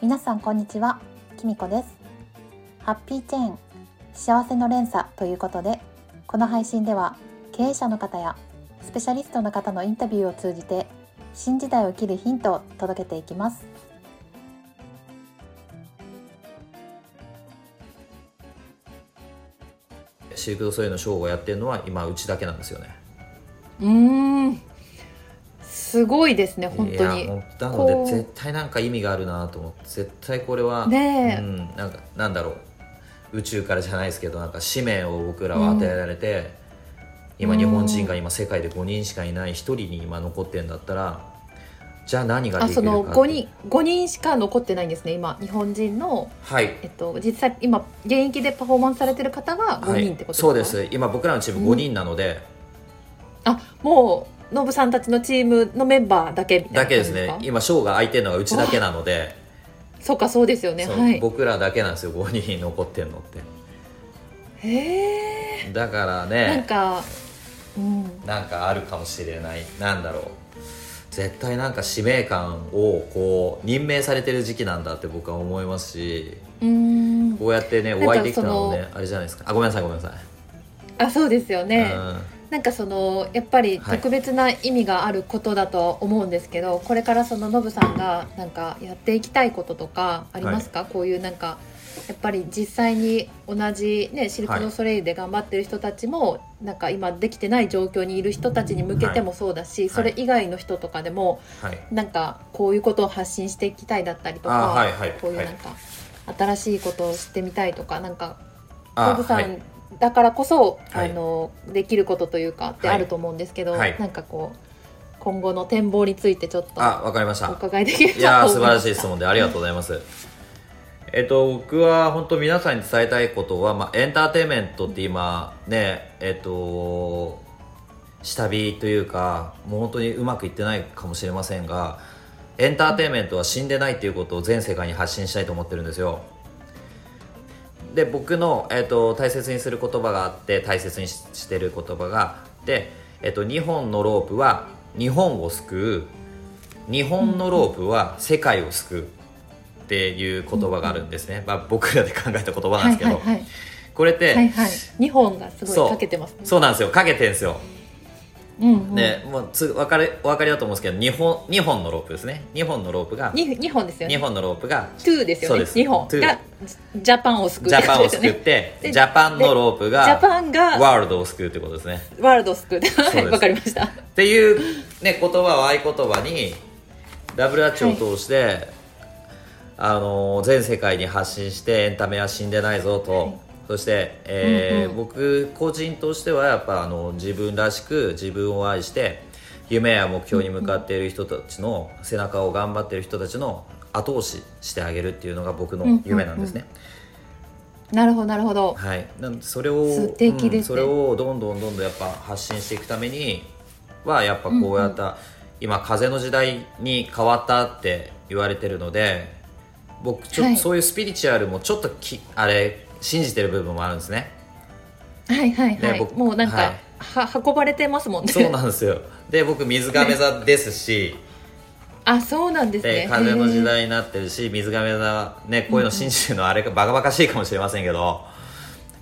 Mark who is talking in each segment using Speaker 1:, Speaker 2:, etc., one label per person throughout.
Speaker 1: 皆さんこんにちはきみこですハッピーチェーン幸せの連鎖ということでこの配信では経営者の方やスペシャリストの方のインタビューを通じて新時代を切るヒントを届けていきます
Speaker 2: シークドソレイユのショーをやってるのは今うちだけなんですよね
Speaker 3: うーんすごいですね本当
Speaker 2: いや
Speaker 3: に
Speaker 2: もうな
Speaker 3: こ
Speaker 2: の
Speaker 3: う
Speaker 2: で絶対なんか意味があるなと思って絶対これは、
Speaker 3: ねえ
Speaker 2: うん、なんかなんだろう宇宙からじゃないですけどなんか使命を僕らは与えられて、今
Speaker 3: うん
Speaker 2: 日本人が今世界で5人しかいない1人に今残ってんだったらじゃあ何が
Speaker 3: あ
Speaker 2: でき
Speaker 3: そ
Speaker 2: るか
Speaker 3: の
Speaker 2: って
Speaker 3: 5人5人しか残ってないんですね今日本人の、
Speaker 2: はい
Speaker 3: えっと、実際今現役でパフォーマンスされてる方が5人ってことですか、
Speaker 2: はい、そうです今僕らのチーム5人なので、
Speaker 3: あもうノブさんたちのチームのメンバーだけみたいな
Speaker 2: だけです
Speaker 3: 感
Speaker 2: ね
Speaker 3: じか
Speaker 2: 今ショーが空いてるのがうちだけなので、
Speaker 3: そうかそうですよね
Speaker 2: そう
Speaker 3: はい
Speaker 2: 僕らだけなんですよ5人残ってんのって
Speaker 3: へえ
Speaker 2: だから
Speaker 3: なん
Speaker 2: ね
Speaker 3: か、うん、
Speaker 2: なんかあるかもしれないなんだろう絶対なんか使命感をこう任命されてる時期なんだって僕は思いますし
Speaker 3: うーん
Speaker 2: こうやってね
Speaker 3: なんか
Speaker 2: お会いできたのも
Speaker 3: そ
Speaker 2: ねあれじゃないですかあごめんなさいごめんなさい、
Speaker 3: あそうですよね、
Speaker 2: うん
Speaker 3: なんかそのやっぱり
Speaker 2: はい
Speaker 3: 特別な意味があることだとは思うんですけど、これからそのノブさんがなんかやっていきたいこととかありますか、こういうなんかやっぱり実際に同じ、ね、シルク・ドゥソレイユで頑張ってる人たちも、なんか今できてない状況にいる人たちに向けてもそうだし、
Speaker 2: い
Speaker 3: それ以外の人とかでも
Speaker 2: はい
Speaker 3: なんかこういうことを発信していきたいだったりとか、
Speaker 2: あはいはい
Speaker 3: こういう
Speaker 2: はい
Speaker 3: なんか新しいことを知ってみたいとかなんか
Speaker 2: あ
Speaker 3: ノブさん、
Speaker 2: はい
Speaker 3: だからこそ、
Speaker 2: はい
Speaker 3: あのできることというかって
Speaker 2: はい
Speaker 3: あると思うんですけど、
Speaker 2: はい
Speaker 3: なんかこう今後の展望についてちょっと
Speaker 2: あわかりまし
Speaker 3: お
Speaker 2: た
Speaker 3: 伺いできれば
Speaker 2: いや ー
Speaker 3: と
Speaker 2: 素
Speaker 3: 思
Speaker 2: 晴
Speaker 3: ま
Speaker 2: らしい質問でありがとうございます。えっと、僕は本当皆さんに伝えたいことは、まあ、エンターテインメントって今ねえっと下火というかもう本当にうまくいってないかもしれませんがエンターテインメントは死んでないっていうことを全世界に発信したいと思ってるんですよで僕の、えっと大切にする言葉があって大切にししてる言葉がで、えっと2本のロープは日本を救う日本のロープは世界を救うっていう言葉があるんですね、まあ、僕らで考えた言葉なん
Speaker 3: はい
Speaker 2: ですけど、
Speaker 3: はいはい
Speaker 2: これって、
Speaker 3: はいはい日本がすご
Speaker 2: そう
Speaker 3: いかけてますね
Speaker 2: そうなんですよかけてんですよ、
Speaker 3: うんうん
Speaker 2: ねもうつ分かれお分かりだと思うんですけど日本二本のロープですね2本のロープが
Speaker 3: に日本ですよ
Speaker 2: 2
Speaker 3: ね
Speaker 2: 本のロープが
Speaker 3: トゥーですよ
Speaker 2: そう
Speaker 3: ね
Speaker 2: です
Speaker 3: 日本
Speaker 2: トゥー
Speaker 3: がジジャパンを救う
Speaker 2: ジャパンを
Speaker 3: ってこと
Speaker 2: 救
Speaker 3: で
Speaker 2: っ
Speaker 3: すよね
Speaker 2: て
Speaker 3: で
Speaker 2: ジャパンのロープ
Speaker 3: ジャ
Speaker 2: が
Speaker 3: パンが
Speaker 2: ワールドを救うってことですね
Speaker 3: ワールドを救うって
Speaker 2: うです
Speaker 3: はい わかりました
Speaker 2: っていう、ね、言葉を合言葉に WHO を通して、あのー全世界に発信してエンタメは死んでないぞと、
Speaker 3: はい
Speaker 2: そして、えー
Speaker 3: うんうん
Speaker 2: 僕個人としてはやっぱあの自分らしく自分を愛して夢や目標に向かっている人たちの、背中を頑張っている人たちの後押ししてあげるっていうのが僕の夢なんですね。
Speaker 3: なるほどなるほど
Speaker 2: はい、なんでそれを、
Speaker 3: 素敵ですね
Speaker 2: それをどんどんどんどんやっぱ発信していくためにはやっぱこうやった、今風の時代に変わったって言われてるので僕ちょ、
Speaker 3: はい
Speaker 2: そういうスピリチュアルもちょっときあれ信じてる部分もあるんで すね。
Speaker 3: はいはいは
Speaker 2: ね
Speaker 3: い
Speaker 2: 僕
Speaker 3: もうなんか、
Speaker 2: はい
Speaker 3: は運ばれてますもんね
Speaker 2: そうなんですよで僕水亀座ですし、
Speaker 3: あそうなんです
Speaker 2: で
Speaker 3: ね
Speaker 2: 風の時
Speaker 3: へー
Speaker 2: 代になってるし水亀座ねこういうの信じるのはあれかバカバカしいかもしれませんけど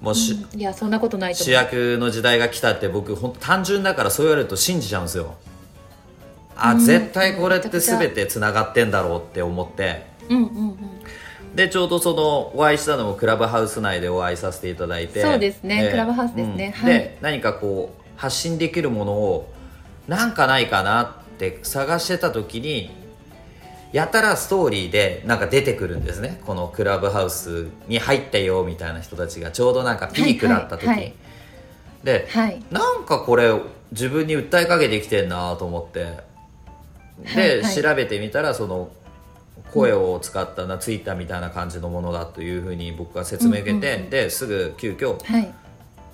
Speaker 2: もうし、
Speaker 3: いやそんなことないと
Speaker 2: 主
Speaker 3: 思う
Speaker 2: 役の時代が来たって僕ほんと単純だからそう言われると信じちゃうんですよあ、絶対これって全てつながってんだろうって思って
Speaker 3: うんうんうん
Speaker 2: でちょうどそのお会いしたのもクラブハウス内でお会いさせていただいて
Speaker 3: そうですねクラブハウスですねはい
Speaker 2: で何かこう発信できるものをなんかないかなって探してた時にやたらストーリーでなんか出てくるんですねこのクラブハウスに入ったよみたいな人たちがちょうどなんかピークだった時に、
Speaker 3: はいはいはい
Speaker 2: で
Speaker 3: はい
Speaker 2: なんかこれ自分に訴えかけてきてんなと思って
Speaker 3: は
Speaker 2: で、
Speaker 3: いはい
Speaker 2: 調べてみたらその声を使ったな、ツイッターみたいな感じのものだというふうに僕が説明を受け
Speaker 3: う
Speaker 2: て、
Speaker 3: んうんうん
Speaker 2: ですぐ急遽
Speaker 3: はい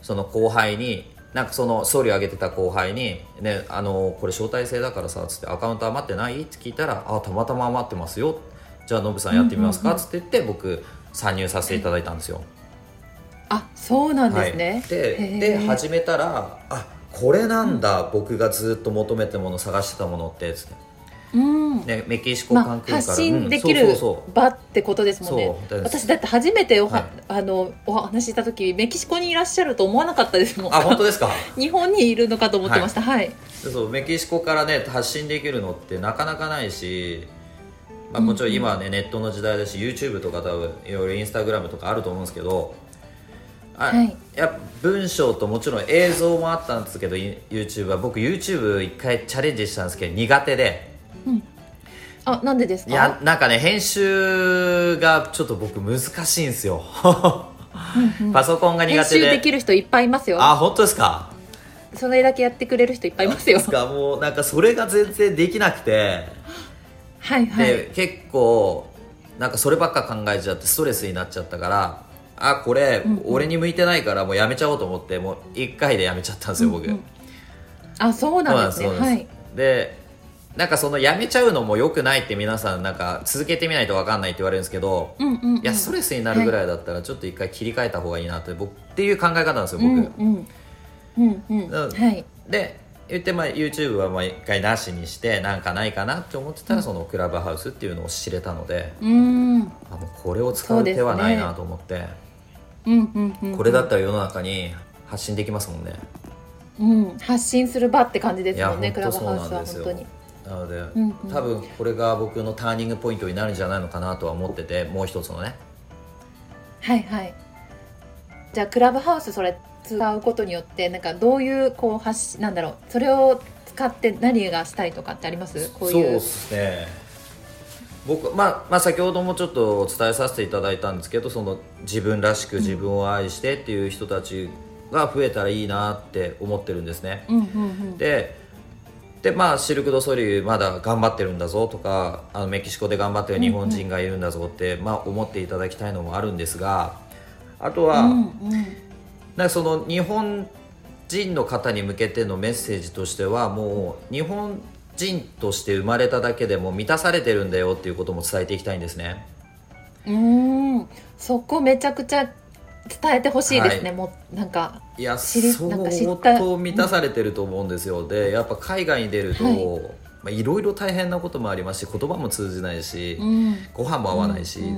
Speaker 2: その後輩になんかその総理を挙げてた後輩に「ねあのこれ招待制だからさ」つって「アカウント余ってない?」って聞いたら「あたまたま余ってますよ」じゃあノブさんやってみますか」つって言って僕参入させていただいたんですよ。
Speaker 3: あそうなんです
Speaker 2: はい
Speaker 3: ね、、
Speaker 2: で
Speaker 3: へ
Speaker 2: で
Speaker 3: ー
Speaker 2: 始めたらあこれなんだ、僕がずっと求めてもの探してたものってつって
Speaker 3: うん
Speaker 2: ね、メキシコ
Speaker 3: ま
Speaker 2: 関
Speaker 3: あ、
Speaker 2: 係から、
Speaker 3: 発信でき
Speaker 2: う
Speaker 3: る
Speaker 2: んそう
Speaker 3: 場ってことですも
Speaker 2: そ
Speaker 3: ん
Speaker 2: う
Speaker 3: ね
Speaker 2: そうそうです
Speaker 3: 私だって初めておは、
Speaker 2: はい
Speaker 3: あのお話しした時メキシコにいらっしゃると思わなかったですもん
Speaker 2: あ本当ですか
Speaker 3: 日本にいるのかと思ってましたはい、
Speaker 2: そうメキシコからね発信できるのってなかなかないし、まあ、もちろん今はね、ネットの時代だし YouTube とか多分いろいろインスタグラムとかあると思うんですけどあ、
Speaker 3: はい
Speaker 2: やっぱ文章ともちろん映像もあったんですけどい YouTube は僕 YouTube 一回チャレンジしたんですけど苦手で
Speaker 3: あなんでですか
Speaker 2: いやなんかね編集がちょっと僕難しいんですよ
Speaker 3: うんうん
Speaker 2: パソコンが苦
Speaker 3: 編
Speaker 2: 手
Speaker 3: 集
Speaker 2: で
Speaker 3: できる人いっぱいいますよ
Speaker 2: あ本当ですか
Speaker 3: それだけやってくれる人いっぱいいますよ
Speaker 2: ですかもうなんかそれが全然できなくて
Speaker 3: はいはい、
Speaker 2: で結構なんかそればっか考えちゃってストレスになっちゃったからあこれ俺に向いてないからもうやめちゃおうと思ってもう1回でやめちゃったんですよ僕、
Speaker 3: うんうんあそうなんですね
Speaker 2: そうなん
Speaker 3: は
Speaker 2: です
Speaker 3: い
Speaker 2: でなんかそのやめちゃうのも良くないって皆さんなんか続けてみないと分かんないって言われるんですけど、
Speaker 3: うんうん、うん、
Speaker 2: いやストレスになるぐらいだったらちょっと一回切り替えた方がいいなって僕っていう考え方なんですよ僕、
Speaker 3: うんうんうんうん、
Speaker 2: うん
Speaker 3: はい
Speaker 2: で言ってまあ YouTube はまあ一回なしにしてなんかないかなって思ってたらそのクラブハウスっていうのを知れたので、
Speaker 3: うーんうん
Speaker 2: あもうこれを使う手はないなと思って、
Speaker 3: うんうん
Speaker 2: これだったら世の中に発信できますもんね
Speaker 3: うん発信する場って感じですもんね
Speaker 2: い
Speaker 3: ク
Speaker 2: や
Speaker 3: ラ
Speaker 2: 本
Speaker 3: ブ
Speaker 2: 当
Speaker 3: ハウスは
Speaker 2: そ
Speaker 3: 本当
Speaker 2: うなんで
Speaker 3: に
Speaker 2: すなので、
Speaker 3: んうん
Speaker 2: 多分これが僕のターニングポイントになるんじゃないのかなとは思っててもう一つのね
Speaker 3: はいはいじゃあクラブハウスそれ使うことによってなんかどういうこう発信なんだろうそれを使って何がしたいとかってありますこう
Speaker 2: そう
Speaker 3: いう
Speaker 2: ですね僕、まあ、まあ先ほどもちょっとお伝えさせていただいたんですけどその自分らしく自分を愛してっていう人たちが増えたらいいなって思ってるんですね、
Speaker 3: うんうん
Speaker 2: ででまあシルク・ド・ソリューまだ頑張ってるんだぞとかあのメキシコで頑張ってる日本人がいるんだぞって、まあ、思っていただきたいのもあるんですがあとは、
Speaker 3: うんうんうん
Speaker 2: なんかその日本人の方に向けてのメッセージとしてはもう日本人として生まれただけでも満たされてるんだよっていうことも伝えていきたいんですね。
Speaker 3: うーんそこめちゃくちゃ伝えてほしいですね、
Speaker 2: は
Speaker 3: もうなんか
Speaker 2: いや
Speaker 3: 知り
Speaker 2: 相
Speaker 3: なんか知った
Speaker 2: 当満たされてると思うんですよ、でやっぱ海外に出ると、
Speaker 3: はい
Speaker 2: いまあ、いろいろ大変なこともありますし言葉も通じないし、
Speaker 3: うん
Speaker 2: ご飯も合わないしで、
Speaker 3: うん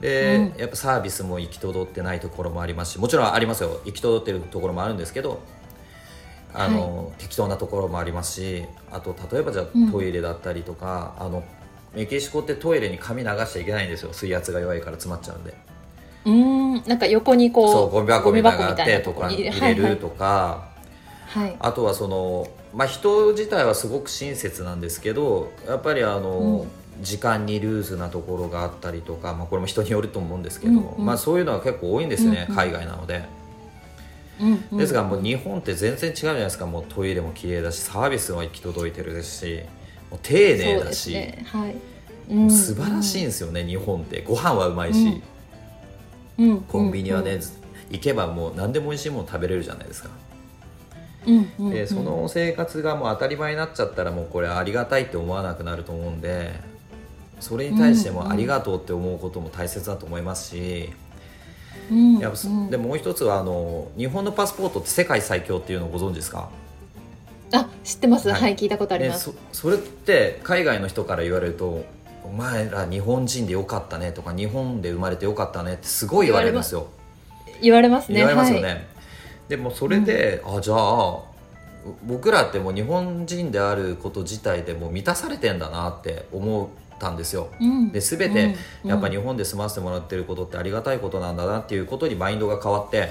Speaker 2: で、
Speaker 3: うん
Speaker 2: やっぱサービスも行き届ってないところもありますしもちろんありますよ行き届ってるところもあるんですけどあの、適当なところもありますしあと例えばじゃあ
Speaker 3: うん
Speaker 2: トイレだったりとか、あのメキシコってトイレに髪流しちゃいけないんですよ水圧が弱いから詰まっちゃうんで
Speaker 3: うーんなんか横にこう
Speaker 2: そうゴミ箱みたいなの
Speaker 3: ゴミ
Speaker 2: があってとか
Speaker 3: に
Speaker 2: 入れるとか、
Speaker 3: はいはい、はい
Speaker 2: あとはその、まあ、人自体はすごく親切なんですけどやっぱりあの、時間にルーズなところがあったりとか、まあ、これも人によると思うんですけど、
Speaker 3: うんうん
Speaker 2: まあ、そういうのは結構多いんですよね、
Speaker 3: うんうん
Speaker 2: 海外なので。
Speaker 3: うんうん
Speaker 2: ですがもう日本って全然違うじゃないですかもうトイレも綺麗だしサービスも行き届いてるですしもう丁寧だし、
Speaker 3: そうですねはい
Speaker 2: もう素晴らしいん
Speaker 3: い、
Speaker 2: ですよね、日本ってご飯はうまいし、
Speaker 3: うんうんうん
Speaker 2: コンビニはね、
Speaker 3: うん
Speaker 2: 行けばもう何でも美味しいもの食べれるじゃないですか。
Speaker 3: うんうんうん
Speaker 2: でその生活がもう当たり前になっちゃったらもうこれありがたいって思わなくなると思うんでそれに対して
Speaker 3: うんう
Speaker 2: も
Speaker 3: ん
Speaker 2: ありがとうって思うことも大切だと思いますし、
Speaker 3: うん
Speaker 2: やっぱそ
Speaker 3: うん
Speaker 2: でもう一つはあの日本のパスポートって世界最強っていうのをご存知ですか
Speaker 3: あ知ってますは、
Speaker 2: はいい
Speaker 3: 聞いたことあり
Speaker 2: で
Speaker 3: ます、
Speaker 2: そそれって海外の人から言われると「お前ら日本人でよかったね」とか「日本で生まれてよかったね」ってすごい言われるんですよ。
Speaker 3: 言われますね
Speaker 2: 言われますよね、
Speaker 3: はい、
Speaker 2: でもそれで、あじゃあう僕らってもう日本人であること自体でもう満たされてんだなって思ったんですよ
Speaker 3: うん、
Speaker 2: で全てやっぱ日本で住ませてもらってることってありがたいことなんだなっていうことにマインドが変わって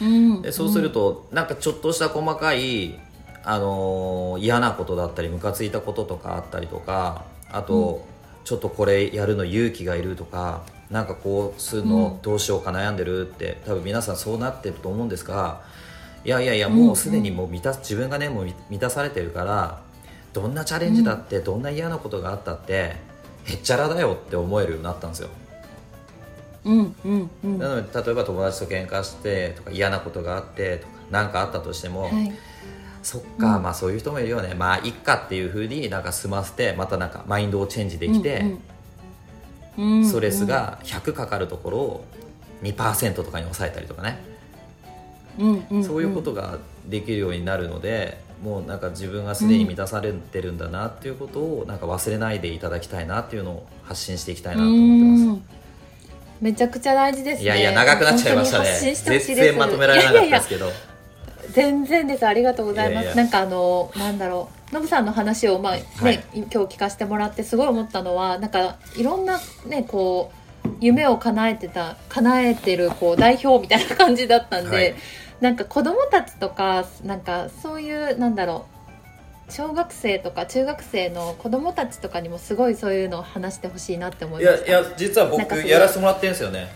Speaker 3: うん、うん
Speaker 2: でそうするとなんかちょっとした細かい、あのー嫌なことだったりムカついたこととかあったりとかあと、ちょっとこれやるの勇気がいるとかなんかこうするのどうしようか悩んでるって多分皆さんそうなってると思うんですがいやいやいやもうすでにもう満た自分がねもう満たされてるからどんなチャレンジだって、どんな嫌なことがあったってへっちゃらだよって思えるようになったんですよ。
Speaker 3: うんうんうん
Speaker 2: なので例えば友達と喧嘩してとか嫌なことがあってとか何かあったとしても、
Speaker 3: はい
Speaker 2: そっか、まあそういう人もいるよねまあいっかっていうふうになんか済ませてまたなんかマインドをチェンジできて、
Speaker 3: うんうん
Speaker 2: ストレスが100かかるところを2%とかに抑えたりとかね、
Speaker 3: うんうん
Speaker 2: そういうことができるようになるのでもうなんか自分がすでに満たされてるんだなっていうことをなんか忘れないでいただきたいなっていうのを発信していきたいなと思ってます。
Speaker 3: うんめちゃくちゃ大事ですね
Speaker 2: いやいや長くなっちゃいました
Speaker 3: 本当に発信
Speaker 2: ね
Speaker 3: してほしい
Speaker 2: 全
Speaker 3: です
Speaker 2: 然まとめられなかった
Speaker 3: いやい
Speaker 2: で
Speaker 3: や
Speaker 2: すけど
Speaker 3: 全然ですありがとうございます
Speaker 2: いやいや
Speaker 3: なんかあのなんだろうノブさんの話をまあね、
Speaker 2: はい
Speaker 3: 今日聞かせてもらってすごい思ったのはなんかいろんなねこう夢を叶えてた叶えてるこう代表みたいな感じだったんで、
Speaker 2: はい
Speaker 3: なんか子供たちとかなんかそういうなんだろう小学生とか中学生の子供たちとかにもすごいそういうのを話してほしいなって思
Speaker 2: い
Speaker 3: いま
Speaker 2: や
Speaker 3: し
Speaker 2: い
Speaker 3: た
Speaker 2: や実は
Speaker 3: なんか
Speaker 2: 僕
Speaker 3: すごい
Speaker 2: やらせてもらってるんですよね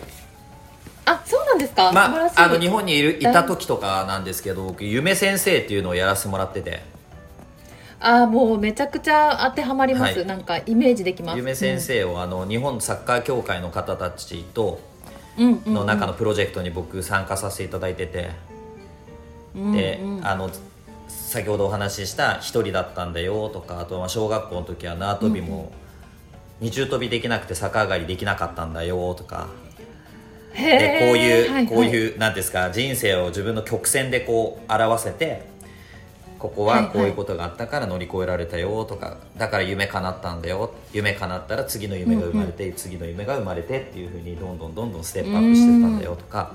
Speaker 3: あそうなんですか、
Speaker 2: まあ
Speaker 3: 素晴らしい
Speaker 2: あの日本にいるいた時とかなんですけど僕夢先生っていうのをやらせてもらってて
Speaker 3: あーもうめちゃくちゃ当てはまります、
Speaker 2: はい
Speaker 3: なんかイメージできます
Speaker 2: 夢先生をあの日本サッカー協会の方たちとの
Speaker 3: の
Speaker 2: 中のプロジェクトに僕参加させていただいてて
Speaker 3: で
Speaker 2: であの先ほどお話しした「一人だったんだよ」とかあとは小学校の時は縄跳びも二重跳びできなくて逆上がりできなかったんだよとかでこういう、こういうなんですか人生を自分の曲線でこう表せてここ
Speaker 3: はいは
Speaker 2: は
Speaker 3: い
Speaker 2: こういうことがあったから乗り越えられたよとか、だから夢叶ったんだよ夢叶ったら次の夢が生まれて、次の夢が生まれてっていうふうにどんどんどんどんステップアップしてったんだよとか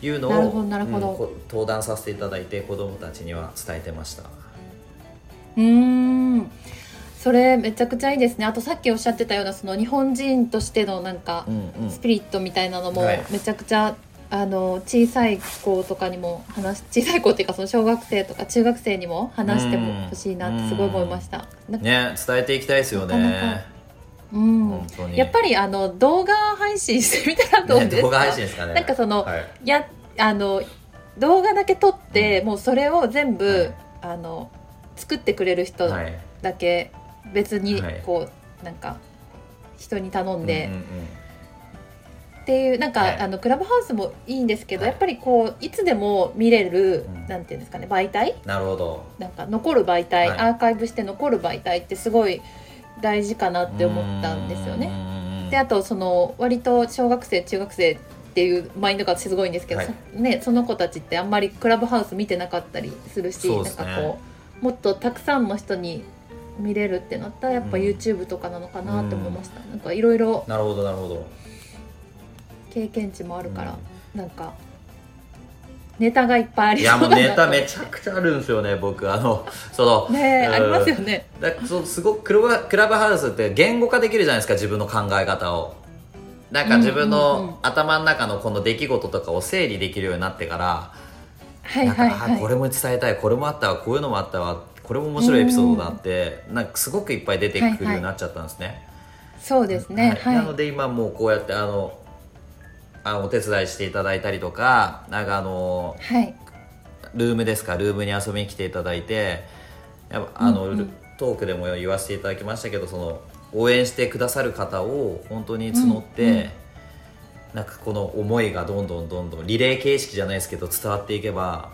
Speaker 2: いうのを
Speaker 3: なるほどなるほど
Speaker 2: うんこ登壇させていただいて子どもたちには伝えてました。
Speaker 3: うーんそれめちゃくちゃいいですねあとさっきおっしゃってたようなその日本人としてのなんか
Speaker 2: うんうん
Speaker 3: スピリットみたいなのも
Speaker 2: はい
Speaker 3: めちゃくちゃ、あの小さい子とかにも話し小さい子っていうかその小学生とか中学生にも話してもほしいなってすごい思いました。なんか
Speaker 2: ね伝えていきたいですよね
Speaker 3: なかなかうん
Speaker 2: 本当に
Speaker 3: やっぱりあの動画配信してみたらどうですか、
Speaker 2: ね動画配信ですかね
Speaker 3: なんかその、
Speaker 2: はい
Speaker 3: いやあの動画だけ撮って、もうそれを全部、あの作ってくれる人
Speaker 2: はい
Speaker 3: だけ別に
Speaker 2: はい
Speaker 3: こう、なんか人に頼ん
Speaker 2: う
Speaker 3: で
Speaker 2: ん、うんうん
Speaker 3: っていうなんか、
Speaker 2: はい
Speaker 3: あのクラブハウスもいいんですけど、
Speaker 2: はい
Speaker 3: やっぱりこういつでも見れる、
Speaker 2: うん
Speaker 3: なんていうんですかね媒体
Speaker 2: なるほど
Speaker 3: なんか残る媒体、
Speaker 2: はい
Speaker 3: アーカイブして残る媒体ってすごい大事かなって思ったんですよね。
Speaker 2: ね
Speaker 3: であとその割と小学生中学生っていうマインドがすごいんですけど、
Speaker 2: はい
Speaker 3: そね、その子たちってあんまりクラブハウス見てなかったりするし、
Speaker 2: そう
Speaker 3: な
Speaker 2: で
Speaker 3: ん
Speaker 2: すね
Speaker 3: かこうもっとたくさんの人に見れるってなったらやっぱ
Speaker 2: うん
Speaker 3: YouTube とかなのかなって思いました、なんかいろいろ
Speaker 2: なるほどなるほど
Speaker 3: 経験値もあるから、
Speaker 2: うん
Speaker 3: なんかネタがいっぱいあり
Speaker 2: い
Speaker 3: そ
Speaker 2: やも
Speaker 3: う
Speaker 2: う
Speaker 3: だ
Speaker 2: ネタ
Speaker 3: な
Speaker 2: めちゃくちゃあるんですよね僕あの その
Speaker 3: ねえ
Speaker 2: うん
Speaker 3: ありますよね
Speaker 2: だそうすごくクラブクラブハウスって言語化できるじゃないですか自分の考え方をなんか自分
Speaker 3: うんうんうん
Speaker 2: の頭の中のこの出来事とかを整理できるようになってから、
Speaker 3: はい
Speaker 2: なんか、
Speaker 3: はい
Speaker 2: あこ
Speaker 3: は
Speaker 2: れも伝えたいこれもあったわこういうのもあったわこれも面白いエピソードだって、なんかすごくいっぱい出てくるようになっちゃったんですね、
Speaker 3: いそうですね
Speaker 2: はい
Speaker 3: はい、
Speaker 2: なので今もうこうやってあのあのお手伝いしていただいたりとかなんかあの
Speaker 3: はい
Speaker 2: ルームですかルームに遊びに来ていただいてやっぱあの、
Speaker 3: うんうん
Speaker 2: トークでも言わせていただきましたけどその応援してくださる方を本当に募って、
Speaker 3: うんうん
Speaker 2: なんかこの思いがどんどんどんどんリレー形式じゃないですけど伝わっていけば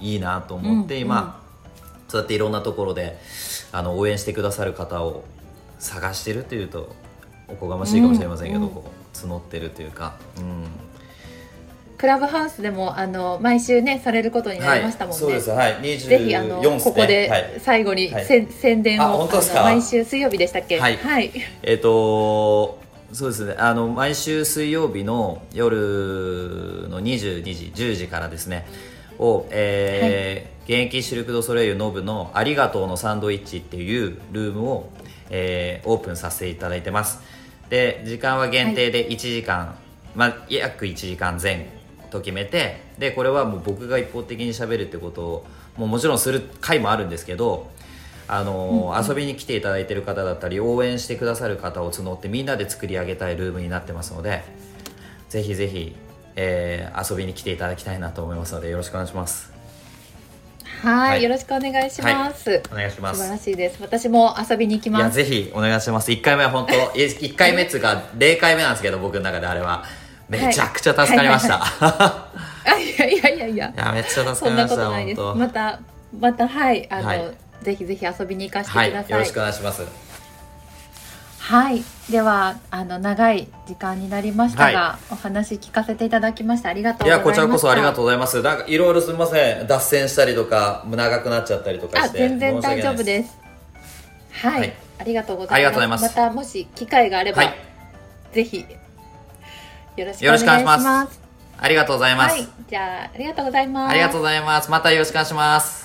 Speaker 2: いいなと思って、
Speaker 3: うん
Speaker 2: 今そうやっていろんなところであの応援してくださる方を探してるというとおこがましいかもしれませんけど、
Speaker 3: うんうん
Speaker 2: こう募ってるというか、うん、
Speaker 3: クラブハウスでもあの毎週ねされることになりましたもんね、
Speaker 2: はい、そうですはい24
Speaker 3: ぜひあの、
Speaker 2: っすね
Speaker 3: ここ
Speaker 2: はい
Speaker 3: で最後に
Speaker 2: はい
Speaker 3: せん、宣伝を
Speaker 2: あ本当ですか
Speaker 3: あの毎週水曜日でしたっけ
Speaker 2: はい
Speaker 3: はい、
Speaker 2: えっ、とそうですねあの毎週水曜日の夜の22時10時からですねを、えー現役シルク・ドゥ・ソレイユノブの「ありがとうのサンドイッチ」っていうルームを、えーオープンさせていただいてますで時間は限定で1時間、まあ、約1時間前と決めてでこれはもう僕が一方的に喋るってことをもうもちろんする回もあるんですけどあのー遊びに来ていただいてる方だったり応援してくださる方を募ってみんなで作り上げたいルームになってますのでぜひぜひ、えー遊びに来ていただきたいなと思いますのでよろしくお願いします
Speaker 3: はい
Speaker 2: はい
Speaker 3: よろしくお願いします、
Speaker 2: お願いしま
Speaker 3: 素晴
Speaker 2: す
Speaker 3: らしいです私も遊びに行き
Speaker 2: いや
Speaker 3: ます
Speaker 2: ぜひお願いします1回目は本当1回目っつうか0回目なんですけど僕の中であれはめちゃくちゃ助かりました、
Speaker 3: あいやいやいやいや
Speaker 2: いやめっちゃ助
Speaker 3: そ
Speaker 2: か
Speaker 3: ん
Speaker 2: り
Speaker 3: な
Speaker 2: ま
Speaker 3: こ
Speaker 2: し
Speaker 3: と
Speaker 2: た
Speaker 3: ないです
Speaker 2: 本当
Speaker 3: またまたはいあの、
Speaker 2: はい
Speaker 3: ぜひぜひ遊びに行かせてく
Speaker 2: はい
Speaker 3: ださい、
Speaker 2: よろしくお願いします
Speaker 3: はいはいではあの長い時間になりましたが、お話聞かせていただきましてありがとうござ
Speaker 2: い
Speaker 3: い
Speaker 2: や
Speaker 3: ました
Speaker 2: こちらこそありがとうございますなんかいろいろすみません脱線したりとか長くなっちゃったりとか
Speaker 3: あ
Speaker 2: して
Speaker 3: 全然
Speaker 2: 申し
Speaker 3: 大
Speaker 2: 訳
Speaker 3: 丈
Speaker 2: ない
Speaker 3: 夫ですはい、
Speaker 2: はい
Speaker 3: ありがとうご
Speaker 2: あ
Speaker 3: ざ
Speaker 2: り
Speaker 3: い
Speaker 2: が
Speaker 3: ます
Speaker 2: とうございます
Speaker 3: たもし機会があれば、
Speaker 2: はい
Speaker 3: ぜひよろしくお願
Speaker 2: よろ
Speaker 3: い
Speaker 2: し
Speaker 3: し
Speaker 2: くお願いしま
Speaker 3: ますす
Speaker 2: ありがとうございま
Speaker 3: は
Speaker 2: す、
Speaker 3: いじゃあありがとうございます
Speaker 2: ありがとうございますまたよろしくお願いします